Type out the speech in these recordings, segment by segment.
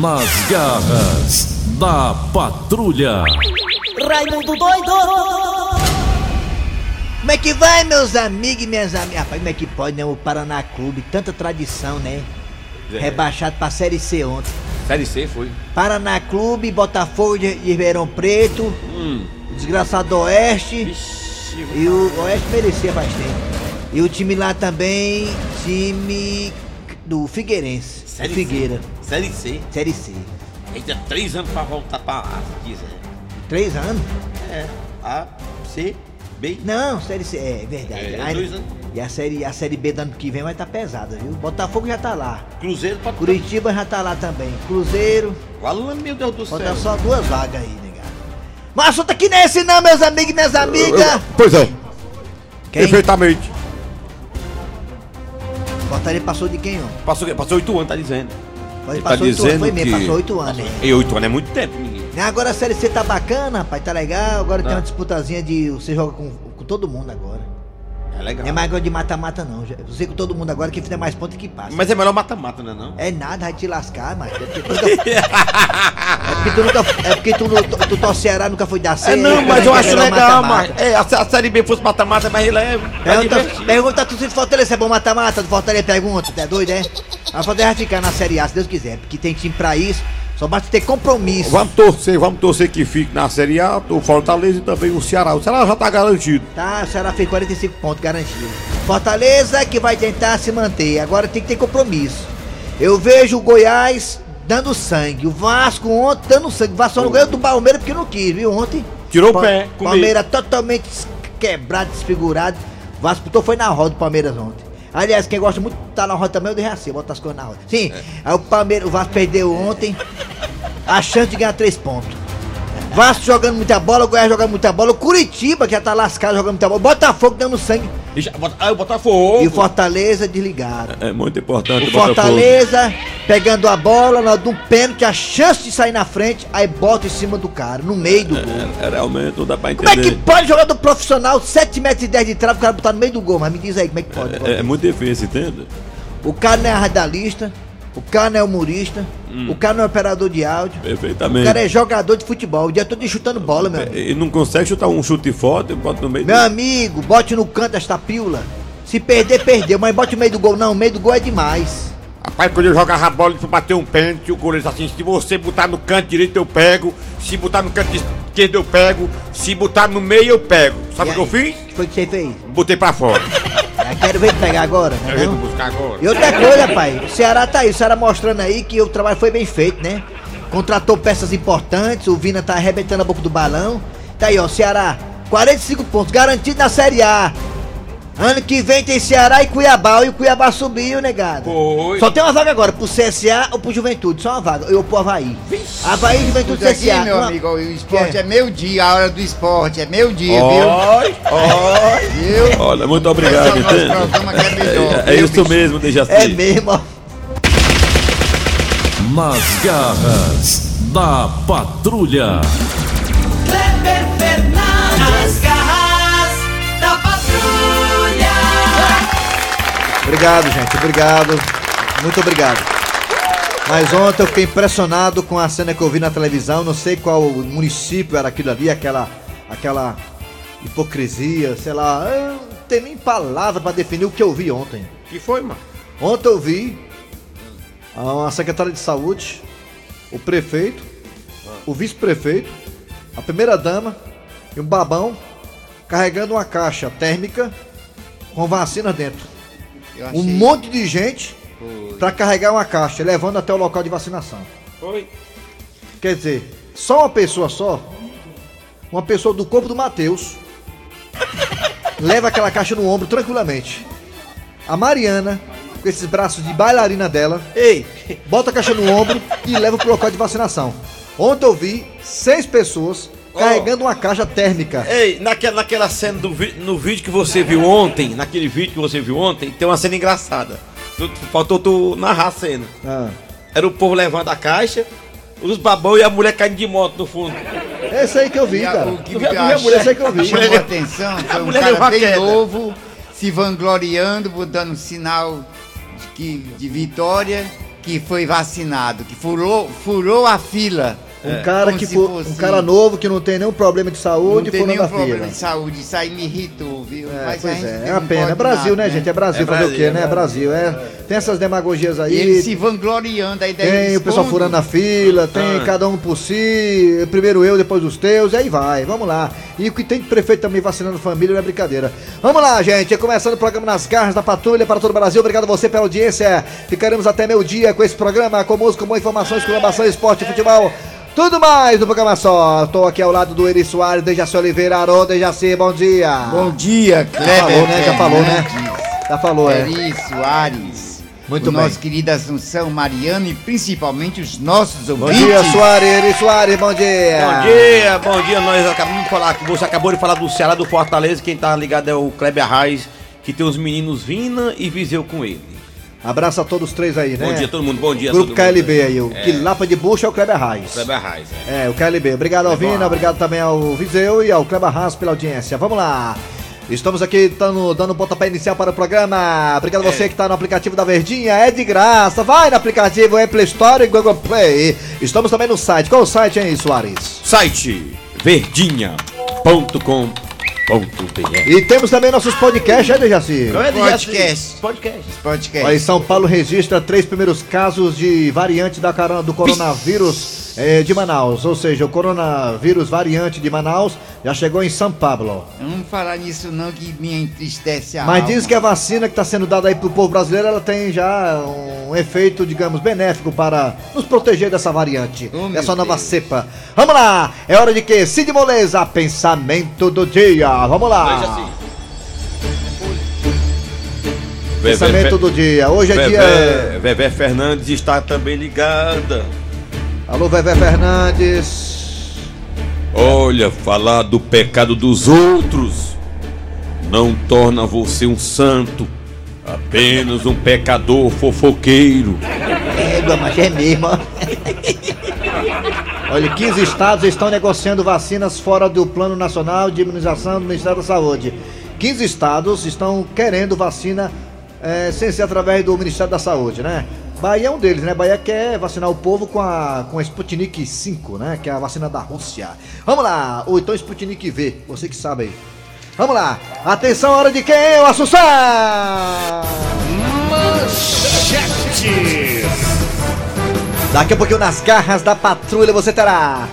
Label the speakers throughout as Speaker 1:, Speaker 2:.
Speaker 1: Nas garras da patrulha.
Speaker 2: Raimundo doido!
Speaker 3: Como é que vai, meus amigos e minhas amigas? Rapaz, como é que pode, né? O Paraná Clube, tanta tradição, né?
Speaker 4: É.
Speaker 3: Rebaixado pra Série C ontem.
Speaker 4: Série C foi.
Speaker 3: Paraná Clube, Botafogo de de Ribeirão Preto,
Speaker 4: Hum.
Speaker 3: Desgraçado do Oeste.
Speaker 4: Vixe,
Speaker 3: E o Oeste merecia faz tempo. E o time lá também, time do Figueirense.
Speaker 4: Série
Speaker 3: do
Speaker 4: C.
Speaker 3: Figueira,
Speaker 4: Série C.
Speaker 3: Série C.
Speaker 4: Ainda três anos pra voltar pra lá, se quiser.
Speaker 3: Três anos?
Speaker 4: É. A, C, B.
Speaker 3: Não, Série C, é verdade.
Speaker 4: É,
Speaker 3: Aí-
Speaker 4: dois anos.
Speaker 3: e a série, a série B do ano que vem vai estar pesada, viu? Botafogo já tá lá.
Speaker 4: Cruzeiro pra
Speaker 3: Curitiba já tá lá também. Cruzeiro,
Speaker 4: Valeu, meu Deus do
Speaker 3: falta
Speaker 4: céu.
Speaker 3: só duas vagas aí, negado. Mas o assunto aqui não é esse não, meus amigos e minhas amigas.
Speaker 5: Pois é,
Speaker 3: Quem?
Speaker 5: perfeitamente.
Speaker 3: Botaria passou de quem, ó?
Speaker 4: Passou, passou oito anos, tá dizendo.
Speaker 3: Mas
Speaker 4: Ele tá
Speaker 3: passou oito anos,
Speaker 4: dizendo
Speaker 3: foi mesmo,
Speaker 4: que-
Speaker 3: passou oito anos, né?
Speaker 4: E oito anos é muito tempo, menino.
Speaker 3: Né, Agora a Série C tá bacana, rapaz, tá legal. Agora tem
Speaker 4: Tá.
Speaker 3: uma disputazinha de... Você joga com, com todo mundo agora.
Speaker 4: É legal.
Speaker 3: Não é mais agora de mata-mata, não. Já- Você com todo mundo agora, quem fizer mais ponto é que passa.
Speaker 4: Mas é melhor mata-mata, né não?
Speaker 3: É nada, vai te lascar, mas é porque tu nunca... é porque tu nunca... É porque tu, nu- tu, tu torce Ceará, nunca foi dar
Speaker 4: É,
Speaker 3: série.
Speaker 4: não, mas eu
Speaker 3: vai
Speaker 4: acho
Speaker 3: jogar
Speaker 4: legal,
Speaker 3: mata-mata.
Speaker 4: mas é, a, a Série B fosse mata-mata, mas ele é... é
Speaker 3: Pergunta,
Speaker 4: divertido.
Speaker 3: pergunta a torcida do Fortaleza, se é bom mata-mata, do Fortaleza pergunta, tu é doido, é? A Fortaleza vai ficar na Série A, se Deus quiser, porque tem time pra isso, só basta ter compromisso.
Speaker 5: Vamos torcer, vamos torcer que fique na Série A, o Fortaleza e também o Ceará. O Ceará já tá garantido.
Speaker 3: Tá, o Ceará fez 45 pontos, garantido. Fortaleza que vai tentar se manter, agora tem que ter compromisso. Eu vejo o Goiás dando sangue, o Vasco ontem dando sangue, o Vasco só não ganhou do Palmeiras porque não quis, viu, ontem.
Speaker 5: Tirou o
Speaker 3: Pa-
Speaker 5: pé, comigo.
Speaker 3: Palmeiras totalmente des- quebrado, desfigurado. O Vasco botou foi na roda o Palmeiras ontem. Aliás, quem gosta muito de tá na roda também, eu dei assim, bota as coisas na roda. Sim,
Speaker 5: É.
Speaker 3: aí o Palmeiras, o Vasco perdeu ontem a chance de ganhar três pontos. Vasco jogando muita bola, o Goiás jogando muita bola, o Curitiba que já tá lascado jogando muita bola, o Botafogo dando sangue
Speaker 4: Deixa, bota, ah, o Botafogo.
Speaker 3: e o Fortaleza desligado.
Speaker 5: É muito importante
Speaker 3: O Fortaleza pegando a bola, na hora de um pênalti, a chance de sair na frente, aí bota em cima do cara, no meio do gol.
Speaker 5: É, realmente, não dá pra
Speaker 3: Como é que pode jogar do profissional 7 metros e 10 de trave, o cara botar no meio do gol? Mas me diz aí como é que pode. Valdir?
Speaker 5: muito difícil, entende?
Speaker 3: O cara não é radialista, o cara não é humorista, o cara não é operador de áudio, o
Speaker 5: Perfeitamente.
Speaker 3: cara é jogador de futebol, o dia todo chutando bola, meu amigo.
Speaker 5: E não consegue chutar um chute forte, bota no meio
Speaker 3: Meu amigo, bote no canto esta pílula. Se perder, perdeu, mas bote no meio do gol. Não, o meio do gol é demais.
Speaker 5: Rapaz, quando eu jogava a bola pra bater um pênalti, o goleiro disse assim: se você botar no canto direito, eu pego. Se botar no canto esquerdo, eu pego. Se botar no meio, eu pego. Sabe o
Speaker 3: E
Speaker 5: que eu
Speaker 3: aí?
Speaker 5: fiz?
Speaker 3: O que foi que você fez?
Speaker 5: Botei pra fora.
Speaker 3: Eu quero ver te pegar agora, né?
Speaker 5: Eu vou
Speaker 3: não?
Speaker 5: buscar agora.
Speaker 3: E outra coisa, pai, o Ceará tá aí, o Ceará mostrando aí que o trabalho foi bem feito, né? Contratou peças importantes, o Vina tá arrebentando a boca do balão. Tá aí, ó, Ceará, 45 pontos, garantido na Série A. Ano que vem tem Ceará e Cuiabá, e o Cuiabá subiu, negado.
Speaker 4: Foi.
Speaker 3: Só tem uma vaga agora, pro CSA ou pro Juventude, só uma vaga, eu pro Havaí. Havaí, Juventude,
Speaker 6: Tudo
Speaker 3: CSA.
Speaker 6: aqui, meu
Speaker 3: assim, ah, uma-
Speaker 6: amigo, ó, o esporte
Speaker 3: Quer?
Speaker 6: é meu dia, a hora do esporte é meu dia,
Speaker 5: Oi, oi.
Speaker 6: viu? Viu?
Speaker 5: Olha, muito
Speaker 6: Pessoal, nosso programa que é melhor,
Speaker 5: É, é
Speaker 6: viu,
Speaker 5: isso
Speaker 6: bicho?
Speaker 5: mesmo, Dejaci.
Speaker 3: É mesmo, ó.
Speaker 1: Nas garras da patrulha.
Speaker 2: Kleber Fernandes. As garras da patrulha.
Speaker 3: Obrigado, gente. Obrigado. Muito obrigado. Mas ontem eu fiquei impressionado com a cena que eu vi na televisão. Não sei qual município era aquilo ali, aquela, aquela hipocrisia, sei lá. Eu não tem nem palavra pra definir o que eu vi ontem.
Speaker 5: que foi, mano?
Speaker 3: Ontem eu vi a secretária de saúde, o prefeito, o vice-prefeito, a primeira-dama e um babão carregando uma caixa térmica com vacina dentro
Speaker 6: Eu achei.
Speaker 3: um monte de gente pra carregar uma caixa, levando até o local de vacinação.
Speaker 4: Foi.
Speaker 3: Quer dizer, só uma pessoa só, uma pessoa do corpo do Matheus, leva aquela caixa no ombro tranquilamente. A Mariana, com esses braços de bailarina dela,
Speaker 4: Ei.
Speaker 3: bota a caixa no ombro e leva pro local de vacinação. Ontem eu vi seis pessoas carregando uma caixa térmica.
Speaker 6: É.
Speaker 4: Ei, naquela, naquela cena do vi- no vídeo que você viu ontem, naquele vídeo que você viu ontem, tem uma cena engraçada. Tu- tu- faltou tu narrar a cena.
Speaker 3: Ah.
Speaker 4: Era o povo levando a caixa, os babão e a mulher caindo de moto no fundo.
Speaker 3: É isso aí que eu vi,
Speaker 6: E a-
Speaker 3: cara.
Speaker 6: o que
Speaker 4: Tu viu
Speaker 6: me
Speaker 4: a mulher?
Speaker 6: achei-
Speaker 3: Essa que eu vi.
Speaker 6: chamou a atenção foi um
Speaker 4: mulher deu uma
Speaker 6: cara bem
Speaker 4: queda.
Speaker 6: novo, se vangloriando, botando um sinal de, que- de vitória. que foi vacinado, que furou, furou a fila.
Speaker 3: Um cara
Speaker 6: Como
Speaker 3: que
Speaker 6: se
Speaker 3: for, um
Speaker 6: fosse-
Speaker 3: cara novo que não tem nenhum problema de
Speaker 6: Não
Speaker 3: saúde,
Speaker 6: tem
Speaker 3: furando
Speaker 6: nenhum
Speaker 3: a
Speaker 6: problema
Speaker 3: fila.
Speaker 6: de saúde, isso aí me irritou, viu?
Speaker 3: É,
Speaker 6: Mas a
Speaker 3: pois
Speaker 6: gente
Speaker 3: é, é
Speaker 6: não
Speaker 3: uma pena. É
Speaker 6: pode
Speaker 3: Brasil,
Speaker 6: nada,
Speaker 3: né, gente? É Brasil,
Speaker 4: É
Speaker 3: fazer o quê,
Speaker 4: Brasil,
Speaker 3: né?
Speaker 4: é
Speaker 3: Brasil, é. Tem essas demagogias aí.
Speaker 6: E ele se vangloriando aí daí
Speaker 3: Tem o
Speaker 6: eles
Speaker 3: pessoal
Speaker 6: tudo.
Speaker 3: furando a fila, tem cada um por si, primeiro eu, depois os teus, e aí vai, vamos lá. E o que tem de prefeito também vacinando família não é brincadeira. Vamos lá, gente, começando o programa Nas Garras da Patrulha para todo o Brasil. Obrigado a você pela audiência. Ficaremos até meio-dia com esse programa, com música, com informações, exclamação, esporte, futebol. Tudo mais no programa só. Tô aqui ao lado do Eri Soares, Dejaci Oliveira, Aron, Dejaci, bom dia.
Speaker 6: Bom dia, Kleber.
Speaker 3: falou, né? Já falou, né?
Speaker 6: Fernandes,
Speaker 3: Já falou, é.
Speaker 6: Eri Soares.
Speaker 3: Muito
Speaker 6: o
Speaker 3: bem.
Speaker 6: Nosso querido Assunção Mariano e principalmente os nossos
Speaker 3: Bom
Speaker 6: ouvintes.
Speaker 3: dia, Soares, Eri Soares, bom dia.
Speaker 4: Bom dia, bom dia. Nós acabamos de falar que você acabou de falar do Ceará do Fortaleza. Quem tá ligado é o Kleber Arraes, que tem os meninos Vina e Viseu com ele.
Speaker 3: Abraço a todos três aí, né?
Speaker 4: Bom dia, todo mundo. Bom dia,
Speaker 3: Grupo
Speaker 4: todo mundo.
Speaker 3: KLB aí, o que lapa de bucha é o Kleber Reis.
Speaker 4: Kleber Arraes, é.
Speaker 3: É, o KLB. Obrigado ao Vina, obrigado também ao Viseu e ao Kleber Reis pela audiência. Vamos lá. Estamos aqui dando, dando um pontapé inicial para o programa. Obrigado
Speaker 4: É.
Speaker 3: a você que está no aplicativo da Verdinha. É de graça. Vai no aplicativo Apple Store e Google Play. Estamos também no site. Qual o site, hein, Soares?
Speaker 4: Site verdinha.com.br
Speaker 3: E temos também nossos podcasts, né, Jaci?
Speaker 6: Podcast.
Speaker 4: Podcast.
Speaker 6: Podcast.
Speaker 3: Aí São Paulo registra três primeiros casos de variante da carona- do coronavírus eh, de Manaus. Ou seja, o coronavírus variante de Manaus já chegou em São Paulo.
Speaker 6: Eu Não falar nisso não que me entristece a
Speaker 3: Mas
Speaker 6: alma.
Speaker 3: diz que é- a vacina que está sendo dada aí pro povo brasileiro, ela tem já um efeito, digamos, benéfico para nos proteger dessa variante,
Speaker 6: Oh, meu
Speaker 3: dessa nova
Speaker 6: Deus.
Speaker 3: cepa. Vamos lá! É hora de que Cid Moleza, pensamento do dia. Vamos
Speaker 4: Ah. assim.
Speaker 3: lá! Pensamento do dia. Hoje é dia.
Speaker 4: Vevé, Vevé Fernandes está também ligada.
Speaker 3: Alô, Vevé Fernandes.
Speaker 4: Olha, falar do pecado dos outros não torna você um santo, apenas um pecador fofoqueiro.
Speaker 3: Égua, mas é mesmo. ó. Olha, 15 estados estão negociando vacinas fora do Plano Nacional de Imunização do Ministério da Saúde. 15 estados estão querendo vacina eh, sem ser através do Ministério da Saúde, né? Bahia é um deles, né? Bahia quer vacinar o povo com a, com a Sputnik 5, né? Que é a vacina da Rússia. Vamos lá, ou então Sputnik V, você que sabe aí. Vamos lá, atenção, hora de quem? O Assunção! Daqui a pouquinho nas garras da patrulha você terá.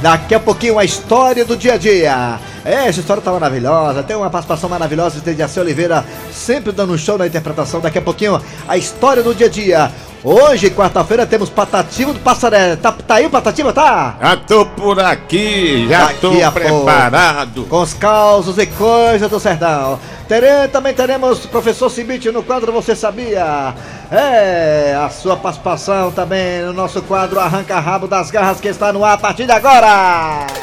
Speaker 3: Daqui a pouquinho a história do dia a dia. Essa história tá maravilhosa, tem uma participação maravilhosa de Jaci Oliveira, sempre dando um show na interpretação. Daqui a pouquinho a história do dia a dia. Hoje, quarta-feira, temos Patativo do Passaré. Tá, tá aí o Patativa, tá?
Speaker 5: Já tô por aqui, já
Speaker 3: Daqui
Speaker 5: tô
Speaker 3: Tá a pouco.
Speaker 5: preparado.
Speaker 3: Com os causos e coisas do Serdão. Tere- também teremos o professor Cibite no quadro Você Sabia? É, a sua participação também no nosso quadro Arranca Rabo das Garras que está no ar a partir de agora.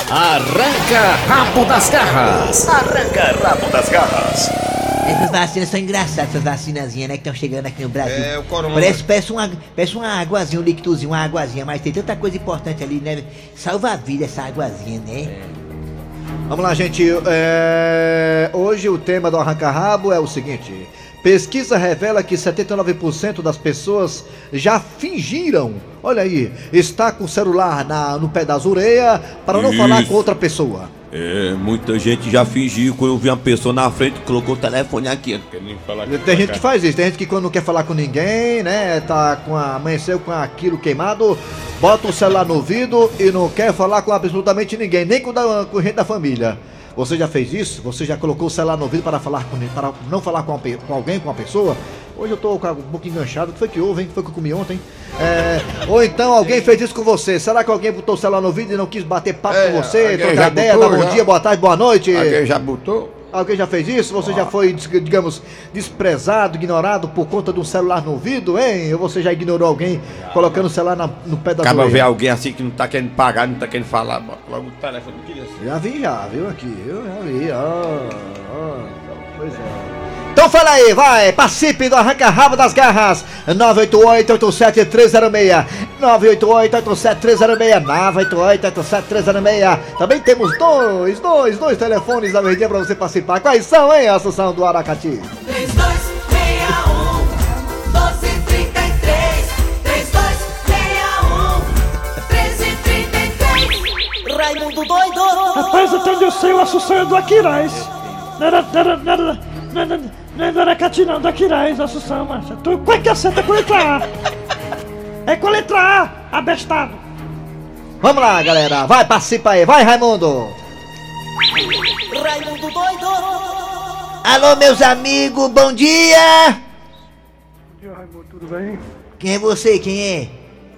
Speaker 1: Arranca rabo das garras. Arranca rabo das garras.
Speaker 7: Essas vacinas são engraçadas, essas vacinazinhas, né, que estão chegando aqui no Brasil.
Speaker 4: É, o corona.
Speaker 7: Parece, parece, uma, parece uma águazinha, um líquidozinho, uma águazinha, mas tem tanta coisa importante ali, né? Salva a vida essa águazinha, né?
Speaker 3: Vamos lá, gente. É, hoje o tema do Arranca Rabo é o seguinte: pesquisa revela que 79% das pessoas já fingiram. Olha aí, está com o celular na- no pé das orelhas para não
Speaker 4: Isso.
Speaker 3: falar com outra pessoa.
Speaker 4: É, muita gente já fingiu quando eu vi uma pessoa na frente colocou o telefone aqui. ó.
Speaker 3: Tem gente que faz isso, tem gente que quando não quer falar com ninguém, né? Tá com a, amanheceu com aquilo queimado, bota o celular no ouvido e não quer falar com absolutamente ninguém, nem com, da, com gente da família. Você já fez isso? Você já colocou o celular no ouvido para falar com para não falar com, a pe- com alguém, com uma pessoa? Hoje eu tô com a boca enganchada, o que foi que houve, hein? O que foi que eu comi ontem? É, ou então alguém fez isso com você. Será que alguém botou o celular no ouvido e não quis bater papo
Speaker 5: É,
Speaker 3: com você,
Speaker 5: alguém
Speaker 3: trocar
Speaker 5: já
Speaker 3: ideia,
Speaker 5: botou,
Speaker 3: dar bom
Speaker 5: já.
Speaker 3: dia, boa tarde, boa noite?
Speaker 5: Alguém já botou?
Speaker 3: Alguém já fez isso? Você já foi, dis- digamos, desprezado, ignorado por conta de um celular no ouvido, hein? Ou você já ignorou alguém colocando o celular na- no pé da
Speaker 5: Acaba ver
Speaker 3: orelha?
Speaker 5: alguém assim que não tá querendo pagar, não tá querendo falar, bota logo o telefone. que
Speaker 4: assim.
Speaker 5: isso?
Speaker 3: Já vi, já, viu aqui? Eu já vi, ó. ó, pois é. Então fala aí, vai, participe do Arranca Rabo das Garras, 988-87306, 988-87306, 988-87306. Também temos dois, dois, dois telefones da verdinha pra você participar. Quais são, hein, Assunção do Aracati?
Speaker 2: 3261 1233 3261 É. Raimundo doido.
Speaker 8: Rapaz, até onde eu sei, o Assunção é do Aquiraz. Não era, não era, não era, não era, não era do Aracati, não, do Aquiraz, Assunção, macho. Tu, qual é que acerta com a letra A? É com a letra A, abestado.
Speaker 3: Vamos lá, galera. Vai, participa aí. Vai, Raimundo.
Speaker 2: Raimundo doido.
Speaker 3: Alô, meus amigos. Bom dia.
Speaker 8: E aí, Raimundo, tudo bem?
Speaker 3: Quem é você? Quem é?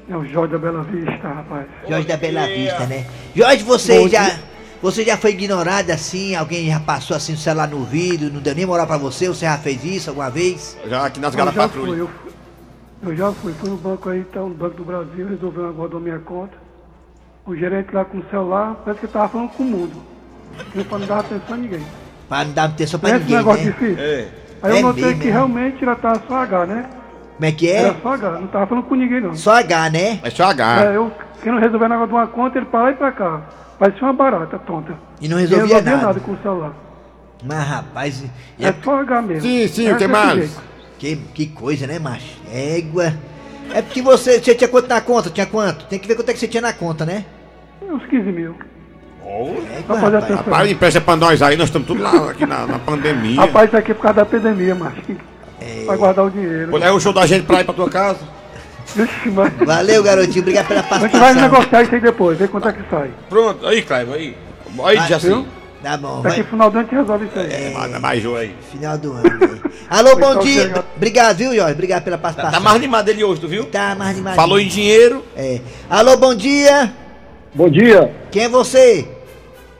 Speaker 8: É o Jorge da Bela Vista, rapaz.
Speaker 3: Jorge da Bela Vista, né? Jorge, você
Speaker 8: Bom
Speaker 3: já...
Speaker 8: dia.
Speaker 3: Você já foi ignorado assim? Alguém já passou assim, sei lá, no vidro, não deu nem moral pra você? Você já fez isso alguma vez?
Speaker 5: Já aqui nas
Speaker 8: Eu Ah, já fui,
Speaker 5: Galapatrulhas.
Speaker 8: eu, fui. eu já fui, fui no banco aí, então, no Banco do Brasil, resolveu agora da minha conta. O gerente lá com o celular, parece que tava falando com o mundo. Eu não dava atenção a ninguém.
Speaker 3: Pra não dar atenção pra
Speaker 8: é Esse
Speaker 3: ninguém,
Speaker 8: negócio
Speaker 3: né?
Speaker 8: difícil. Aí
Speaker 3: É
Speaker 8: eu notei
Speaker 3: mesmo,
Speaker 8: que
Speaker 3: é.
Speaker 8: realmente ela tava só H, né?
Speaker 3: Como é que é?
Speaker 8: Era só H, não tava falando com ninguém não.
Speaker 3: Só H, né?
Speaker 5: É só H.
Speaker 8: É, eu querendo resolver o negócio de uma conta, ele pra lá e pra cá. Parecia uma barata, tonta.
Speaker 3: E não
Speaker 8: Eu
Speaker 3: resolvia nada.
Speaker 8: com o celular.
Speaker 3: Mas rapaz,
Speaker 8: É,
Speaker 3: é-
Speaker 8: só H mesmo.
Speaker 5: Sim, sim, o
Speaker 8: É
Speaker 5: que
Speaker 8: desse
Speaker 5: mais?
Speaker 8: jeito.
Speaker 3: que, que coisa, né, macho? Égua. É porque você, você tinha quanto na conta? Tinha quanto? Tem que ver quanto é que você tinha na conta, né?
Speaker 8: Uns 15 mil.
Speaker 3: Égua,
Speaker 8: Pra fazer
Speaker 3: É rapaz.
Speaker 8: atenção.
Speaker 5: Rapaz, empresta pra nós aí, nós estamos tudo lá aqui na, na pandemia.
Speaker 8: Rapaz, isso aqui é por causa da pandemia, macho. Pra guardar o dinheiro.
Speaker 5: Quando é o show da gente pra ir pra tua casa?
Speaker 8: Vixe, mas...
Speaker 3: Valeu, garotinho. Obrigado pela
Speaker 8: A gente é vai
Speaker 3: participação.
Speaker 8: negociar isso aí depois, ver quanto é que sai.
Speaker 5: Pronto, aí, Caio, aí. Aí,
Speaker 3: Vai,
Speaker 5: Jacinho.
Speaker 3: Tá bom,
Speaker 8: Daqui
Speaker 3: vai.
Speaker 8: pro final do ano a gente resolve isso aí.
Speaker 5: Ah, É, mais, mais jogo aí.
Speaker 3: Final do ano. né? Alô, bom
Speaker 8: Então,
Speaker 3: dia.
Speaker 8: chega.
Speaker 3: Obrigado, viu, Jorge? Obrigado pela participação.
Speaker 5: Tá mais animado ele hoje, tu viu?
Speaker 3: Tá mais animado.
Speaker 5: Falou em dinheiro.
Speaker 3: É. Alô, bom dia.
Speaker 9: Bom dia,
Speaker 3: Quem é você?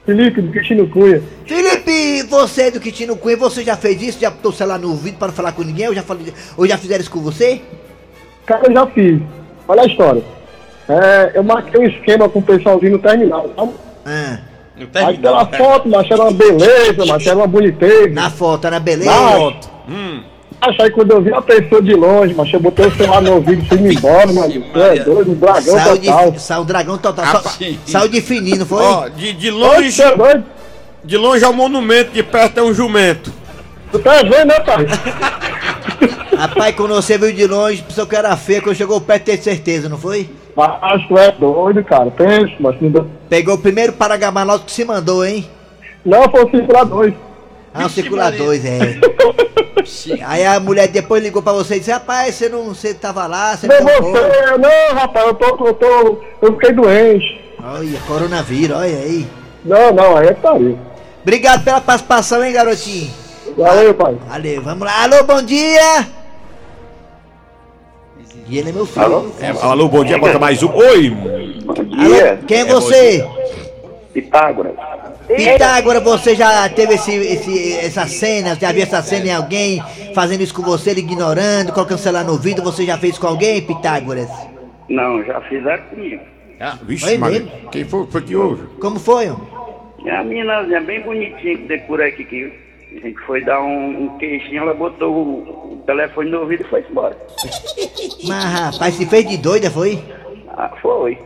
Speaker 9: Felipe do Quintino Cunha.
Speaker 3: Felipe, você é do Quitino Cunha, você já fez isso? Já botou o celular no ouvido para não falar com ninguém? Ou já, falei, ou já fizeram isso com você?
Speaker 9: Cara, eu já fiz. Olha a história. É, eu marquei um esquema com o pessoalzinho no terminal. tá?
Speaker 3: Ah,
Speaker 5: No
Speaker 9: Aí pela
Speaker 5: terminal.
Speaker 9: foto, macho, era uma beleza, macho, era uma boniteza.
Speaker 3: na foto, na beleza?
Speaker 9: Não. Macho, aí quando eu vi a pessoa de longe, macho, eu botei o celular no ouvido e fui embora, macho. Tu é doido, um dragão
Speaker 3: Saiu, de,
Speaker 9: total.
Speaker 3: saiu dragão total,
Speaker 5: Rapaz,
Speaker 3: só-
Speaker 5: sim.
Speaker 3: saiu de fininho, não foi?
Speaker 5: Ó, de, de
Speaker 9: Oi,
Speaker 5: longe,
Speaker 9: tu é doido?
Speaker 5: de longe é um monumento, de perto é um jumento.
Speaker 9: Tu tá vendo, né, pai?
Speaker 3: Rapaz, quando você viu de longe, pensou que era feia, quando chegou perto teve certeza, não foi?
Speaker 9: Macho, tu é doido, cara. Pensa, macho. Não, dá-
Speaker 3: Pegou o primeiro paragamalótico que se mandou, hein?
Speaker 9: não foi o circulador.
Speaker 3: Ah, o circular 2, é. Aí a mulher depois ligou pra você e disse, rapaz, você não, você tava lá, você
Speaker 9: Não,
Speaker 3: não tocou.
Speaker 9: você, não, rapaz, eu tô, eu tô, eu fiquei doente.
Speaker 3: Olha, coronavírus, olha aí.
Speaker 9: Não, não, aí é pariu.
Speaker 3: Obrigado pela participação, hein, garotinho?
Speaker 9: Valeu, pai.
Speaker 3: Valeu, vamos lá. Alô, bom dia! E ele é meu filho. Alô,
Speaker 5: É, alô, bom dia, bota mais um. Oi!
Speaker 3: quem é, você?
Speaker 10: Pitágoras.
Speaker 3: Pitágora, você já teve esse, esse, essa cena? Já viu essa cena em alguém fazendo isso com você, ele ignorando, colocando o celular no ouvido? Você já fez com alguém, Pitágoras?
Speaker 10: Não, já fizeram comigo.
Speaker 5: Ah,
Speaker 3: Oi,
Speaker 5: vixe, Maria.
Speaker 3: mesmo?
Speaker 5: Quem foi, foi que houve?
Speaker 3: Como foi? homem?
Speaker 10: E É a meninazinha bem bonitinha que decora aqui, que a gente foi dar um, um queixinho, ela botou o, o telefone no ouvido e foi embora.
Speaker 3: Mas rapaz, se fez de doida, foi?
Speaker 10: Ah, foi.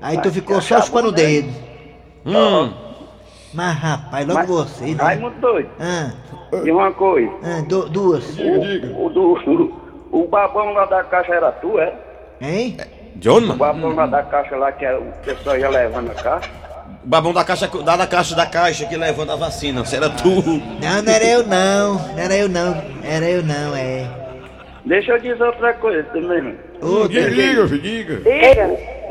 Speaker 3: Aí tu ficou só chupando o dedo. Mas rapaz, logo você,
Speaker 10: Ai,
Speaker 3: né?
Speaker 10: muito doido.
Speaker 3: Ah,
Speaker 10: E uma coisa,
Speaker 3: ah, du- duas.
Speaker 10: o, o do. O babão lá da caixa era tu, é?
Speaker 3: Hein?
Speaker 5: John,
Speaker 10: O
Speaker 5: mano?
Speaker 10: babão lá da caixa lá, que era o pessoal ia levando a caixa.
Speaker 5: O babão da caixa, da, da caixa da caixa que levando a vacina. Será tu?
Speaker 3: Não, não era eu não, não era eu não, era eu não, é.
Speaker 10: Deixa eu dizer outra coisa também, mano.
Speaker 5: Diga, diga, filho, diga.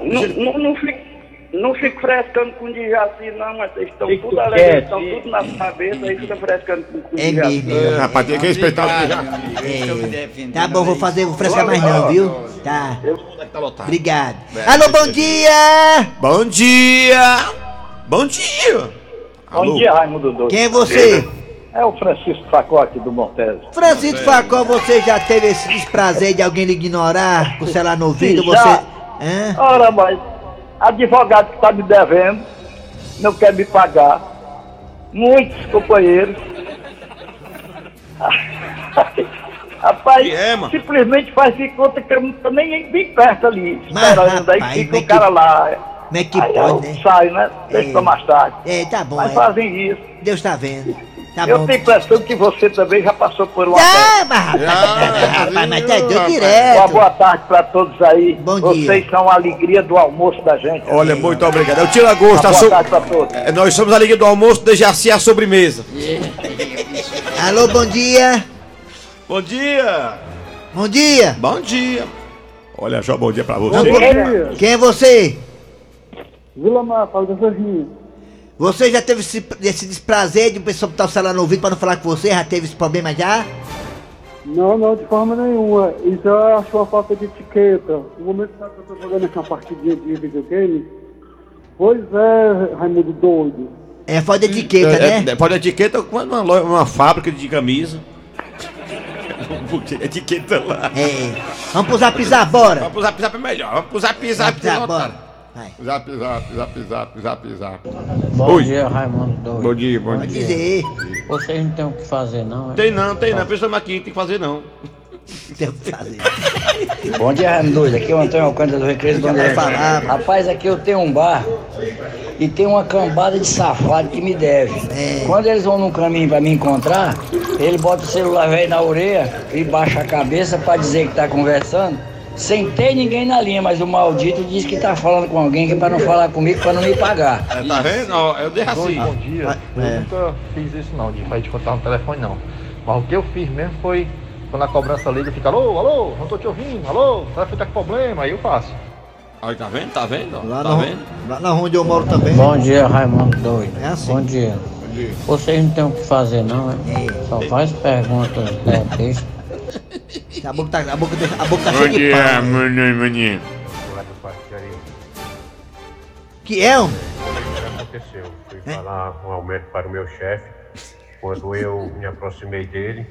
Speaker 10: Não, não, não fico. Não fico frescando com o Dijaci, não, mas vocês estão tudo alegre,
Speaker 9: quieto,
Speaker 10: vocês estão tudo na cabeça, aí fica frescando com, com o
Speaker 3: É
Speaker 10: Dijaci.
Speaker 3: mesmo.
Speaker 5: É, rapaz, tem que respeitar o que já.
Speaker 3: É. Tá bom, vou fazer, vou frescar mais não, viu? Tá,
Speaker 5: Tá lotado.
Speaker 3: obrigado. Alô, bom dia!
Speaker 5: Bom dia! Bom dia! Alô.
Speaker 9: Bom dia, Raimundo Doido.
Speaker 3: Quem é você?
Speaker 9: É o Francisco Facote do Montese.
Speaker 3: Francisco Facó, você já teve esse desprazer de alguém lhe ignorar, com o celular no ouvido,
Speaker 9: Sim,
Speaker 3: você...
Speaker 9: já.
Speaker 3: Hã?
Speaker 9: Ora, mas advogado que tá me devendo, não quer me pagar. Muitos companheiros. Rapaz,
Speaker 5: E é, mano?
Speaker 9: simplesmente faz de conta que eu não tô nem bem perto ali.
Speaker 3: Mas,
Speaker 9: Esperando, aí
Speaker 3: rapaz,
Speaker 9: fica
Speaker 3: mas
Speaker 9: o cara
Speaker 3: que-
Speaker 9: lá.
Speaker 3: Como é que
Speaker 9: aí eu
Speaker 3: pode, né?
Speaker 9: saio, né? Deixa
Speaker 3: É.
Speaker 9: pra mais tarde.
Speaker 3: É, tá bom,
Speaker 9: Mas
Speaker 3: é.
Speaker 9: fazem isso.
Speaker 3: Deus tá vendo.
Speaker 7: Tá
Speaker 11: eu
Speaker 7: bom.
Speaker 11: tenho impressão que você também já passou por uma.
Speaker 7: Ah, mas rapaz, rapaz, mas tá doido
Speaker 11: Uma
Speaker 7: direto.
Speaker 11: boa tarde pra todos aí.
Speaker 7: Bom dia.
Speaker 11: Vocês são a alegria do almoço da gente.
Speaker 4: Olha, muito obrigado. Eu tiro a gosto.
Speaker 9: Tá
Speaker 11: Uma
Speaker 4: a
Speaker 11: boa
Speaker 4: so-
Speaker 11: tarde pra todos.
Speaker 4: É, Nós somos a Liga do Almoço, de Jaci a sobremesa.
Speaker 7: Alô, bom dia.
Speaker 4: Bom dia!
Speaker 7: Bom dia.
Speaker 4: Bom dia! Olha só, bom dia pra
Speaker 11: Bom
Speaker 4: você.
Speaker 11: dia.
Speaker 7: Quem é você?
Speaker 11: Vila Mar, fala do Jorginho.
Speaker 7: Você já teve esse, esse desprazer de o pessoal botar o celular no ouvido pra não falar com você? Já teve esse problema já?
Speaker 11: Não, não, de forma nenhuma. Isso eu acho é uma falta de etiqueta. No momento que eu tô jogando essa partidinha de videogame, pois é, Raimundo doido.
Speaker 7: É foda de etiqueta,
Speaker 4: É,
Speaker 7: né?
Speaker 4: é, pode etiqueta com uma, loja- uma fábrica de camisa. Porque etiqueta lá.
Speaker 7: É. Vamos pro zap zap, bora.
Speaker 4: Vamos pro zap zap é melhor. Vamos pro zap zap.
Speaker 7: Zap
Speaker 4: vocês
Speaker 7: zap,
Speaker 4: vão-
Speaker 7: bora. Vai.
Speaker 4: Zap zap zap zap zap zap.
Speaker 9: Bom
Speaker 4: Oi.
Speaker 9: dia, Raimundo Doido.
Speaker 4: Bom dia, bom
Speaker 7: Pode
Speaker 4: dia.
Speaker 7: dizer.
Speaker 9: Vocês não têm o que fazer, não. é?
Speaker 4: Tem não, tem não. Pensamos aqui, tem que fazer não.
Speaker 7: Tem o que fazer.
Speaker 9: Bom dia, Raimundo Doido. Aqui é o Antônio Alcântara do Recreio do
Speaker 7: Já vai falar, mano.
Speaker 9: Rapaz, aqui eu tenho um bar e tem uma cambada de safado que me deve.
Speaker 7: É.
Speaker 9: Quando eles vão num caminho pra me encontrar, ele bota o celular velho na orelha e baixa a cabeça pra dizer que tá conversando. Sem ter ninguém na linha, mas o maldito diz que tá falando com alguém que é pra não falar comigo, pra não me pagar.
Speaker 4: É, tá vendo? Ó, eu dei assim.
Speaker 12: Bom dia.
Speaker 7: Ah, é.
Speaker 12: Eu nunca fiz isso não, de vai descontar no telefone não. Mas o que eu fiz mesmo foi, quando a cobrança liga, fica, alô, alô, não tô te ouvindo, alô, será que tá com problema? Aí eu faço.
Speaker 4: Aí tá vendo? Tá vendo? ó?
Speaker 7: Lá,
Speaker 4: tá
Speaker 7: na,
Speaker 4: vendo?
Speaker 7: lá na onde eu moro também.
Speaker 9: Bom dia, Raimundo Doido.
Speaker 7: É assim.
Speaker 9: Bom dia.
Speaker 4: dia.
Speaker 9: Vocês não têm o que fazer, não, é? Só faz perguntas, né? besta.
Speaker 7: A boca tá, a boca, tá- a boca tá cheia de pau. né?
Speaker 4: manhã, manhã.
Speaker 7: Que é, um?
Speaker 12: aconteceu. Fui
Speaker 4: É?
Speaker 12: falar um aumento para o meu chefe. Quando eu me aproximei dele,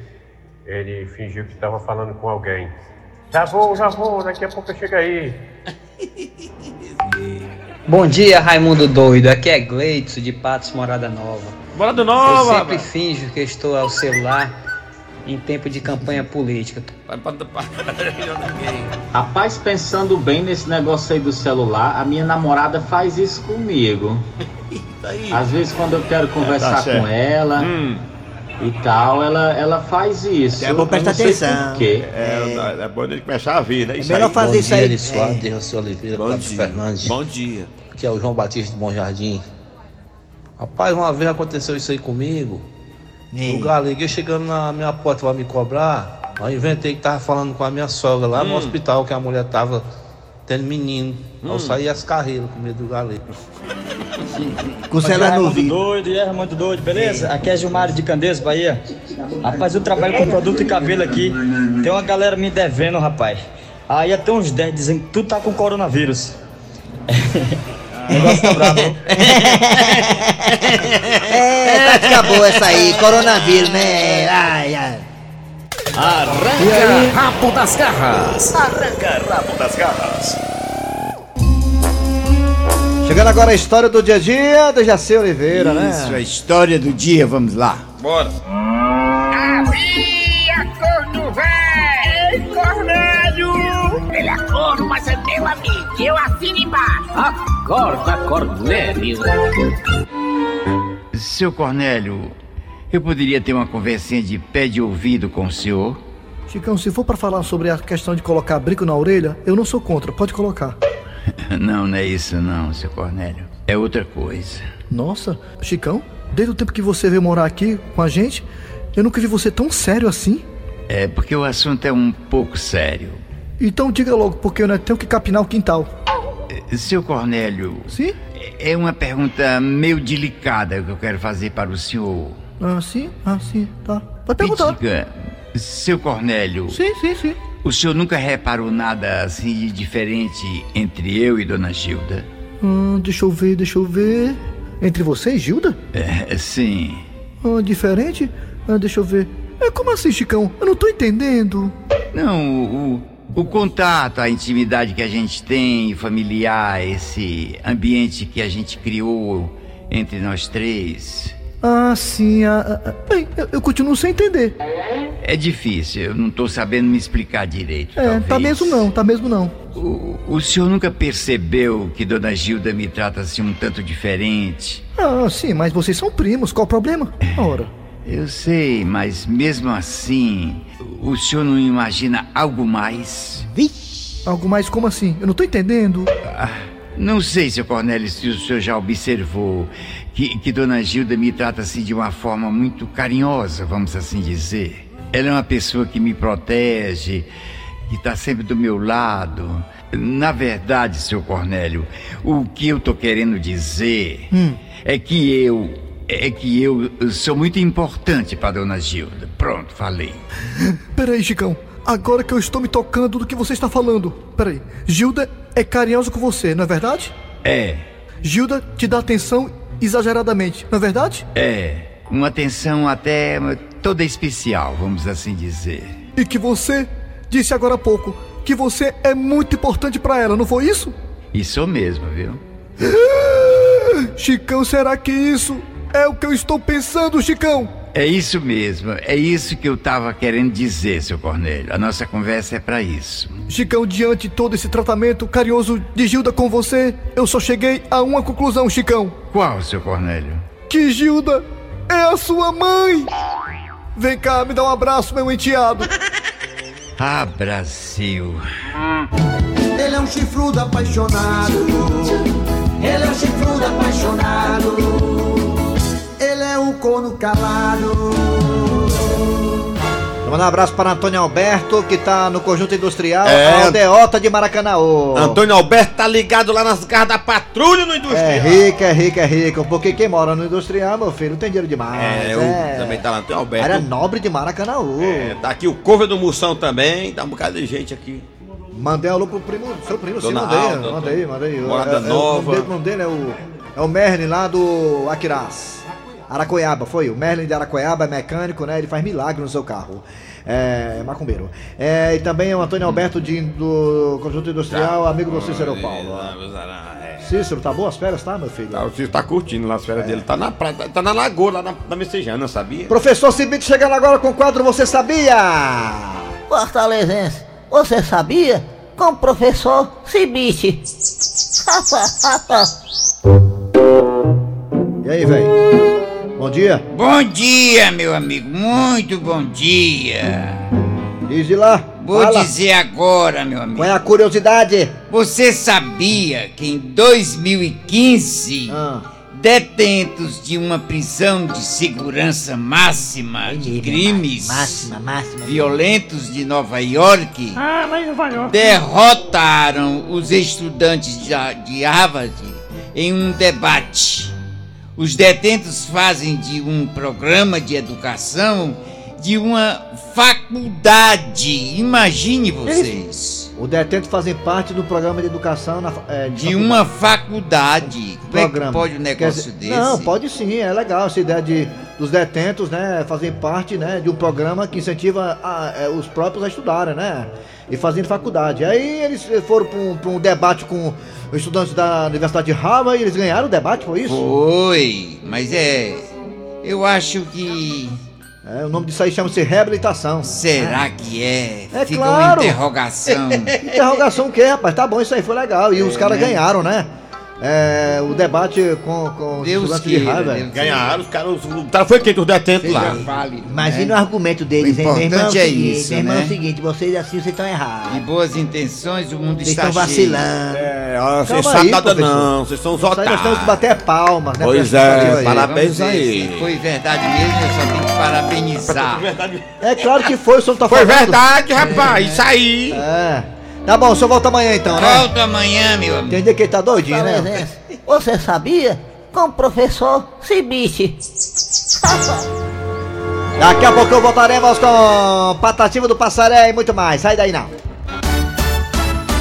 Speaker 12: ele fingiu que estava falando com alguém. Já vou, já vou, daqui a pouco eu chego aí.
Speaker 3: Bom dia, Raimundo Doido. Aqui é Gleitson de Patos Morada Nova.
Speaker 4: Bora do
Speaker 3: Eu
Speaker 4: nova!
Speaker 3: sempre finjo que estou ao celular em tempo de campanha política.
Speaker 4: Vai pra- pra-
Speaker 13: Rapaz, pensando bem nesse negócio aí do celular, a minha namorada faz isso comigo. Às vezes quando eu quero conversar
Speaker 4: É, tá certo.
Speaker 13: com ela
Speaker 4: Hum.
Speaker 13: e tal, ela, ela faz isso.
Speaker 7: É bom
Speaker 13: Eu
Speaker 7: prestar
Speaker 13: não sei
Speaker 7: atenção.
Speaker 13: por quê.
Speaker 4: É, é, bom ele começar a ver, né?
Speaker 7: É melhor fazer isso aí. é.
Speaker 14: Dirceu Oliveira,
Speaker 4: Bom
Speaker 14: Cláudio
Speaker 4: dia.
Speaker 14: Fernandes,
Speaker 4: Bom dia.
Speaker 14: que é o João Batista de Bom Jardim. Rapaz, uma vez aconteceu isso aí comigo.
Speaker 7: Ei.
Speaker 3: né?
Speaker 14: O galeguei chegando na minha porta pra me
Speaker 7: Tá.
Speaker 14: cobrar. Aí eu inventei que tava falando com a minha sogra lá no
Speaker 4: Hum.
Speaker 14: hospital, que a mulher tava tendo menino. Aí
Speaker 4: Hum.
Speaker 14: eu saí as carreiras com medo do galego.
Speaker 7: Com o celular no ouvido.
Speaker 3: doido, e é muito doido, beleza? Aqui é Gilmário de Candeias, Bahia. Rapaz, eu trabalho com produto e cabelo aqui. Tem uma galera me devendo, rapaz. Aí até uns 10 dizendo que tu tá com coronavírus. O negócio tá brabo. hein?
Speaker 7: É,
Speaker 3: tá
Speaker 7: tática boa essa aí. Coronavírus, né? Ai, ai.
Speaker 15: Arranca rabo das garras. Arranca rabo das garras.
Speaker 16: Chegando agora a história do dia a dia do Jacir Oliveira,
Speaker 6: Isso,
Speaker 16: né?
Speaker 6: a história do dia, vamos lá.
Speaker 4: Bora.
Speaker 2: Havia corno velho! Ei, Cornélio! Ele é corno, mas é meu amigo. Eu assino embaixo.
Speaker 13: Acorda, Cornélio.
Speaker 6: Seu Cornélio, eu poderia ter uma conversinha de pé de ouvido com o senhor?
Speaker 8: Chicão, se for pra falar sobre a questão de colocar brico na orelha, eu não sou contra, pode colocar.
Speaker 6: Não, não é isso não, seu Cornélio. É outra coisa.
Speaker 8: Nossa, Chicão, desde o tempo que você veio morar aqui com a gente, eu nunca vi você tão sério assim.
Speaker 6: É porque o assunto é um pouco sério.
Speaker 8: Então diga logo, porque eu não tenho que capinar o quintal.
Speaker 6: Seu Cornélio.
Speaker 8: Sim?
Speaker 6: É uma pergunta meio delicada que eu quero fazer para o senhor.
Speaker 8: Ah, sim? Ah, sim, tá. Pode perguntar.
Speaker 6: Me diga, seu Cornélio.
Speaker 8: Sim, sim, sim.
Speaker 6: O senhor nunca reparou nada assim de diferente entre eu e Dona Gilda?
Speaker 8: Hum, deixa eu ver, deixa eu ver. Entre você e Gilda?
Speaker 6: É, sim.
Speaker 8: Ah, diferente? Ah, deixa eu ver. É, como assim, Chicão? Eu não tô entendendo.
Speaker 6: Não, o, o- o contato, a intimidade que a gente tem, familiar, esse ambiente que a gente criou entre nós três.
Speaker 8: Ah, sim, ah, ah, ah. Bem, eu, eu continuo sem entender.
Speaker 6: É difícil, eu não tô sabendo me explicar direito.
Speaker 8: É, tá
Speaker 6: talvez.
Speaker 8: mesmo não, tá mesmo não.
Speaker 6: O senhor nunca percebeu que Dona Gilda me trata assim um tanto diferente?
Speaker 8: Ah, sim, mas vocês são primos, qual o problema? Ora,
Speaker 17: Eu sei, mas mesmo assim, o senhor não imagina algo mais?
Speaker 9: Algo mais como assim? Eu não tô entendendo.
Speaker 17: Não sei, seu Cornélio, se o senhor já observou que, que Dona Gilda me trata assim de uma forma muito carinhosa, vamos assim dizer. Ela é uma pessoa que me protege, que está sempre do meu lado. Na verdade, seu Cornélio, o que eu tô querendo dizer é que eu. É que eu sou muito importante para Dona Gilda. Pronto, falei.
Speaker 9: Peraí, Chicão. Agora que eu estou me tocando do que você está falando. Peraí. Gilda é carinhosa com você, não é verdade?
Speaker 17: É,
Speaker 9: Gilda te dá atenção exageradamente, não é verdade?
Speaker 17: é. Uma atenção até toda especial, vamos assim dizer.
Speaker 9: E que você disse agora há pouco que você é muito importante pra ela, não foi isso?
Speaker 17: Isso mesmo, viu?
Speaker 9: Chicão, será que isso é o que eu estou pensando, Chicão?
Speaker 17: É isso mesmo, é isso que eu tava querendo dizer, seu Cornélio. A nossa conversa é pra isso.
Speaker 9: Chicão, diante de todo esse tratamento carinhoso de Gilda com você, eu só cheguei a uma conclusão, Chicão.
Speaker 17: Qual, seu Cornélio?
Speaker 9: Que Gilda é a sua mãe! Vem cá, me dá um abraço, meu enteado.
Speaker 17: Ah, Brasil.
Speaker 18: Ele é um chifrudo apaixonado. Ele é um chifrudo apaixonado. Ele é um corno calado.
Speaker 3: Vamos dar um abraço para Antônio Alberto, que tá no conjunto industrial,
Speaker 4: É.
Speaker 3: Aldeota de Maracanãú.
Speaker 4: Antônio Alberto tá ligado lá nas garras da patrulha no industrial.
Speaker 3: É rico, é rico, é rico. Porque quem mora no industrial, meu filho, não tem dinheiro demais.
Speaker 4: É, eu também tá lá, Antônio Alberto.
Speaker 3: Era nobre de Maracanãú.
Speaker 4: É, tá aqui o Cover do Moção também, dá um bocado de gente aqui.
Speaker 3: Mandei alô pro primo, seu primo, sim,
Speaker 4: Dona
Speaker 3: mandei,
Speaker 4: Alda,
Speaker 3: mandei, mandei.
Speaker 4: Morada
Speaker 3: É, é,
Speaker 4: Nova.
Speaker 3: O nome dele, o nome dele é o, é o Merlin lá do Aquiraz. Aracoiaba, foi. O Merlin de Aracoiaba é mecânico, né? Ele faz milagre no seu carro. É, macumbeiro. É, e também é o Antônio Alberto de, do Conjunto Industrial,
Speaker 4: Tá.
Speaker 3: amigo do Cícero Paulo. Cícero, tá boas férias, tá, meu filho?
Speaker 4: é. Tá, o Cícero tá curtindo lá as férias dele, tá na praia, tá- tá na lagoa lá na, na Messejana, sabia?
Speaker 3: Professor Cibito chegando agora com o quadro Você Sabia?
Speaker 7: Fortalezense, você sabia? Com o professor Cibite.
Speaker 3: E aí, velho? Bom dia.
Speaker 6: Bom dia, meu amigo. Muito bom dia.
Speaker 3: Diz de lá.
Speaker 6: Vou
Speaker 3: Fala.
Speaker 6: dizer agora, meu amigo.
Speaker 3: Qual é a curiosidade?
Speaker 6: Você sabia que em 2015
Speaker 3: Ah.
Speaker 6: detentos de uma prisão de segurança máxima de crimes violentos de Nova York
Speaker 8: Ah, lá em Nova York.
Speaker 6: derrotaram os estudantes de Ha- de Harvard em um debate. Os detentos fazem de um programa de educação de uma faculdade. Imagine vocês.
Speaker 3: O detento fazem parte do programa de educação na, fa- é,
Speaker 6: De uma faculdade. Como é que
Speaker 3: programa.
Speaker 6: pode um
Speaker 3: Quer dizer,
Speaker 6: negócio desse?
Speaker 3: Não, pode sim, é legal essa ideia de, dos detentos, né, fazem parte, né, de um programa que incentiva a- é, os próprios a estudarem, né, e fazendo faculdade. Aí eles foram para um, pra um debate com estudantes da Universidade de Harvard e eles ganharam o debate, foi isso?
Speaker 6: Foi, mas é... Eu acho que...
Speaker 3: É, o nome disso aí chama-se reabilitação.
Speaker 6: Será
Speaker 3: É.
Speaker 6: que é?
Speaker 3: É
Speaker 6: Fica
Speaker 3: claro.
Speaker 6: uma interrogação.
Speaker 3: Interrogação o quê, rapaz? Tá bom, isso aí foi legal. E os caras
Speaker 6: né?
Speaker 3: ganharam, né? É, o debate com, com os
Speaker 4: Deus
Speaker 3: estudantes de
Speaker 6: né?
Speaker 4: queira,
Speaker 3: Harvard.
Speaker 4: Deus Ganharam, os caras, os, o cara foi quem dos detentos lá.
Speaker 19: Imagina o argumento deles,
Speaker 6: Né? O
Speaker 19: hein? Meu irmão,
Speaker 6: importante é
Speaker 19: seguinte,
Speaker 6: isso,
Speaker 19: meu irmão,
Speaker 6: né?
Speaker 19: é o seguinte, vocês assim, vocês estão errados.
Speaker 6: De boas intenções, o mundo
Speaker 19: Vocês
Speaker 6: está
Speaker 19: estão
Speaker 6: cheio.
Speaker 19: vacilando.
Speaker 4: É, ó, vocês
Speaker 6: Calma
Speaker 4: sabem
Speaker 6: aí,
Speaker 4: nada
Speaker 6: professor.
Speaker 4: não, vocês são os
Speaker 6: Isso aí nós
Speaker 4: otários.
Speaker 6: temos que
Speaker 3: bater palmas,
Speaker 4: né? Tá. Pois é, parabéns
Speaker 6: Vamos dizer,
Speaker 4: aí.
Speaker 6: Se foi verdade mesmo, eu só tenho que parabenizar.
Speaker 3: É claro que foi, o senhor não tá
Speaker 6: Foi
Speaker 3: falando.
Speaker 6: verdade, rapaz,
Speaker 3: isso
Speaker 4: aí.
Speaker 3: É. Tá bom, o senhor volta amanhã então, né?
Speaker 6: Volta amanhã, meu amigo.
Speaker 3: Entender que ele tá doidinho, né?
Speaker 7: Fortalezense, você sabia? Com o professor Cibite.
Speaker 3: Daqui a pouco voltaremos com Patativa do Passaré e muito mais. Sai daí não.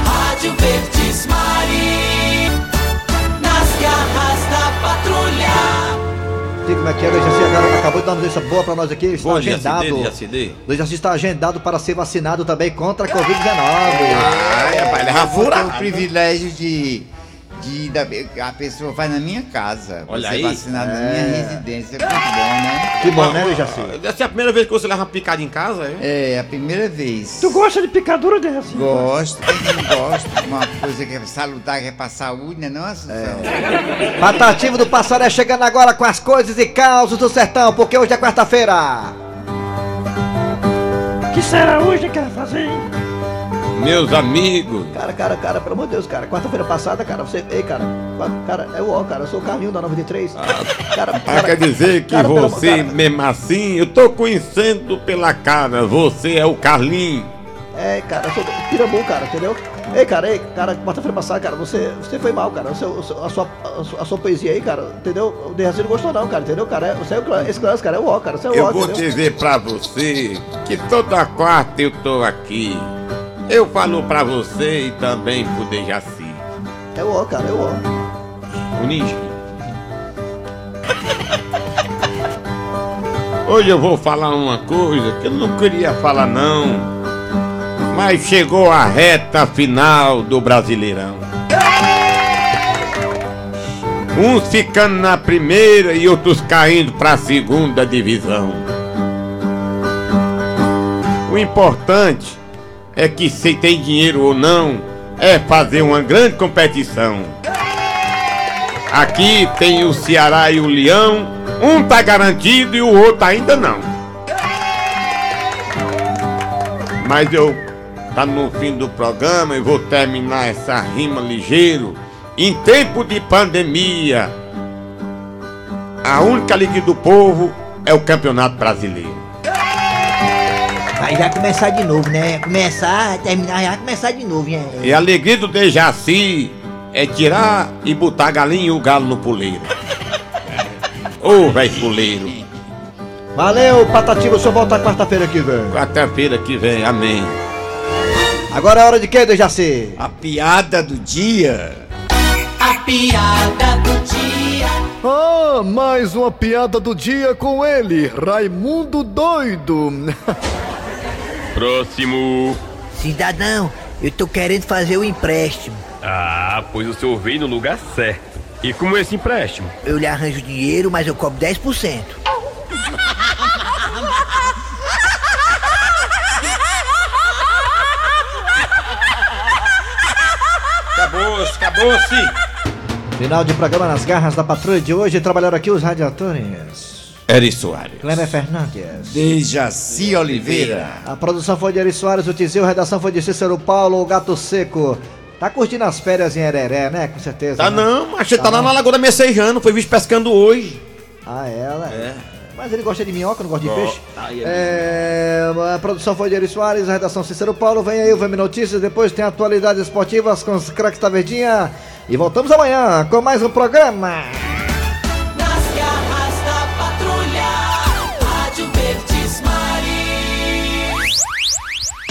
Speaker 2: Rádio Verdes Mari, nas garras da patrulha.
Speaker 3: Sei como é que é, o Jaci agora acabou de dar uma notícia boa pra nós aqui. Está
Speaker 4: Bom,
Speaker 3: agendado.
Speaker 4: Jacide, Jacide.
Speaker 3: O Jaci está agendado para ser vacinado também contra a Covid-19.
Speaker 6: Ai, rapaz, ele é um privilégio de,
Speaker 20: medida, a pessoa vai na minha casa.
Speaker 5: Olha
Speaker 20: você
Speaker 5: aí.
Speaker 20: vacinado na minha
Speaker 5: É.
Speaker 20: residência. Muito bom,
Speaker 6: É.
Speaker 20: né?
Speaker 5: Que bom, né,
Speaker 20: Jaci?
Speaker 5: Essa é a primeira vez que você leva uma picada em casa, é?
Speaker 20: É, a primeira vez.
Speaker 8: Tu gosta de picadura, de assim?
Speaker 20: Gosto, quem não gosta, uma coisa que é salutar, que é pra saúde, né não, Assunção?
Speaker 3: Patativo do Passaré chegando agora com as coisas e causos do sertão, porque hoje é quarta-feira.
Speaker 8: Que será hoje que vai fazer? hein?
Speaker 4: Meus amigos.
Speaker 3: Cara, cara, cara, pelo amor de Deus, cara. Quarta-feira passada, cara, você. Ei, cara. qua- Cara, é o ó, cara. Eu sou o Carlinho da 93. Cara,
Speaker 4: Ah, quer dizer que
Speaker 3: Cara, pelo-
Speaker 4: você, mesmo assim, eu tô conhecendo pela cara, você é o Carlinho.
Speaker 3: é, cara, eu sou Pirambu, cara, entendeu? Ei, cara, ei, cara, quarta-feira passada, cara, você, você foi mal, cara. O seu- o seu- a, sua, a, sua, a sua poesia aí, cara, entendeu? O Derraci não gostou, não, cara, entendeu, cara? É- Você é o, clã- esse clã, cara, é o ó, cara. Você é o
Speaker 4: Eu
Speaker 3: ó,
Speaker 4: vou
Speaker 3: entendeu?
Speaker 4: dizer pra você que toda quarta eu tô aqui. Eu falo pra você e também pro Dejaci.
Speaker 3: É o ó, cara, é o ó.
Speaker 4: O ninja. Hoje eu vou falar uma coisa que eu não queria falar não, mas chegou a reta final do Brasileirão. Uns ficando na primeira e outros caindo para a segunda divisão. O importante é que se tem dinheiro ou não, é fazer uma grande competição. Aqui tem o Ceará e o Leão. Um tá garantido e o outro ainda não. Mas eu tá no fim do programa e vou terminar essa rima ligeiro. Em tempo de pandemia, a única alegria do povo é o Campeonato Brasileiro.
Speaker 7: Aí já começar de novo, né? Começar, terminar, já começar de novo, né?
Speaker 4: E a alegria do Dejaci é tirar e botar a galinha e o galo no puleiro. Ô, velho puleiro.
Speaker 3: Valeu, Patativo, o senhor volta quarta-feira que vem.
Speaker 4: Quarta-feira que vem, amém.
Speaker 3: Agora é hora de quê, Dejaci?
Speaker 21: A piada do dia.
Speaker 22: A piada do dia.
Speaker 23: Ah, mais uma piada do dia com ele, Raimundo Doido.
Speaker 24: Próximo.
Speaker 7: Cidadão, eu tô querendo fazer um empréstimo.
Speaker 24: Ah, pois o senhor veio no lugar certo. E como é esse empréstimo?
Speaker 7: Eu lhe arranjo dinheiro, mas eu cobro 10%.
Speaker 5: Acabou-se, acabou-se.
Speaker 3: Final de programa nas garras da patrulha de hoje. Trabalharam aqui os radiatores.
Speaker 4: Eri Soares.
Speaker 3: Kleber Fernandes.
Speaker 20: Dejaci Oliveira.
Speaker 3: A produção foi de Eri Soares, o Tizil, a redação foi de Cícero Paulo, o Gato Seco. Tá curtindo as férias em Hereré, né? Com certeza.
Speaker 5: Tá
Speaker 3: né?
Speaker 5: não, mas você tá lá na Lagoa Messejano, foi visto pescando hoje.
Speaker 3: Ah, ela?
Speaker 5: É.
Speaker 3: Mas ele gosta de minhoca, não gosta de
Speaker 5: Go-
Speaker 3: peixe.
Speaker 5: Aí
Speaker 3: é, a produção foi de Eri Soares, a redação Cícero Paulo. Vem aí o Vem Notícias, depois tem atualidades esportivas com os craques da Verdinha. E voltamos amanhã com mais um programa.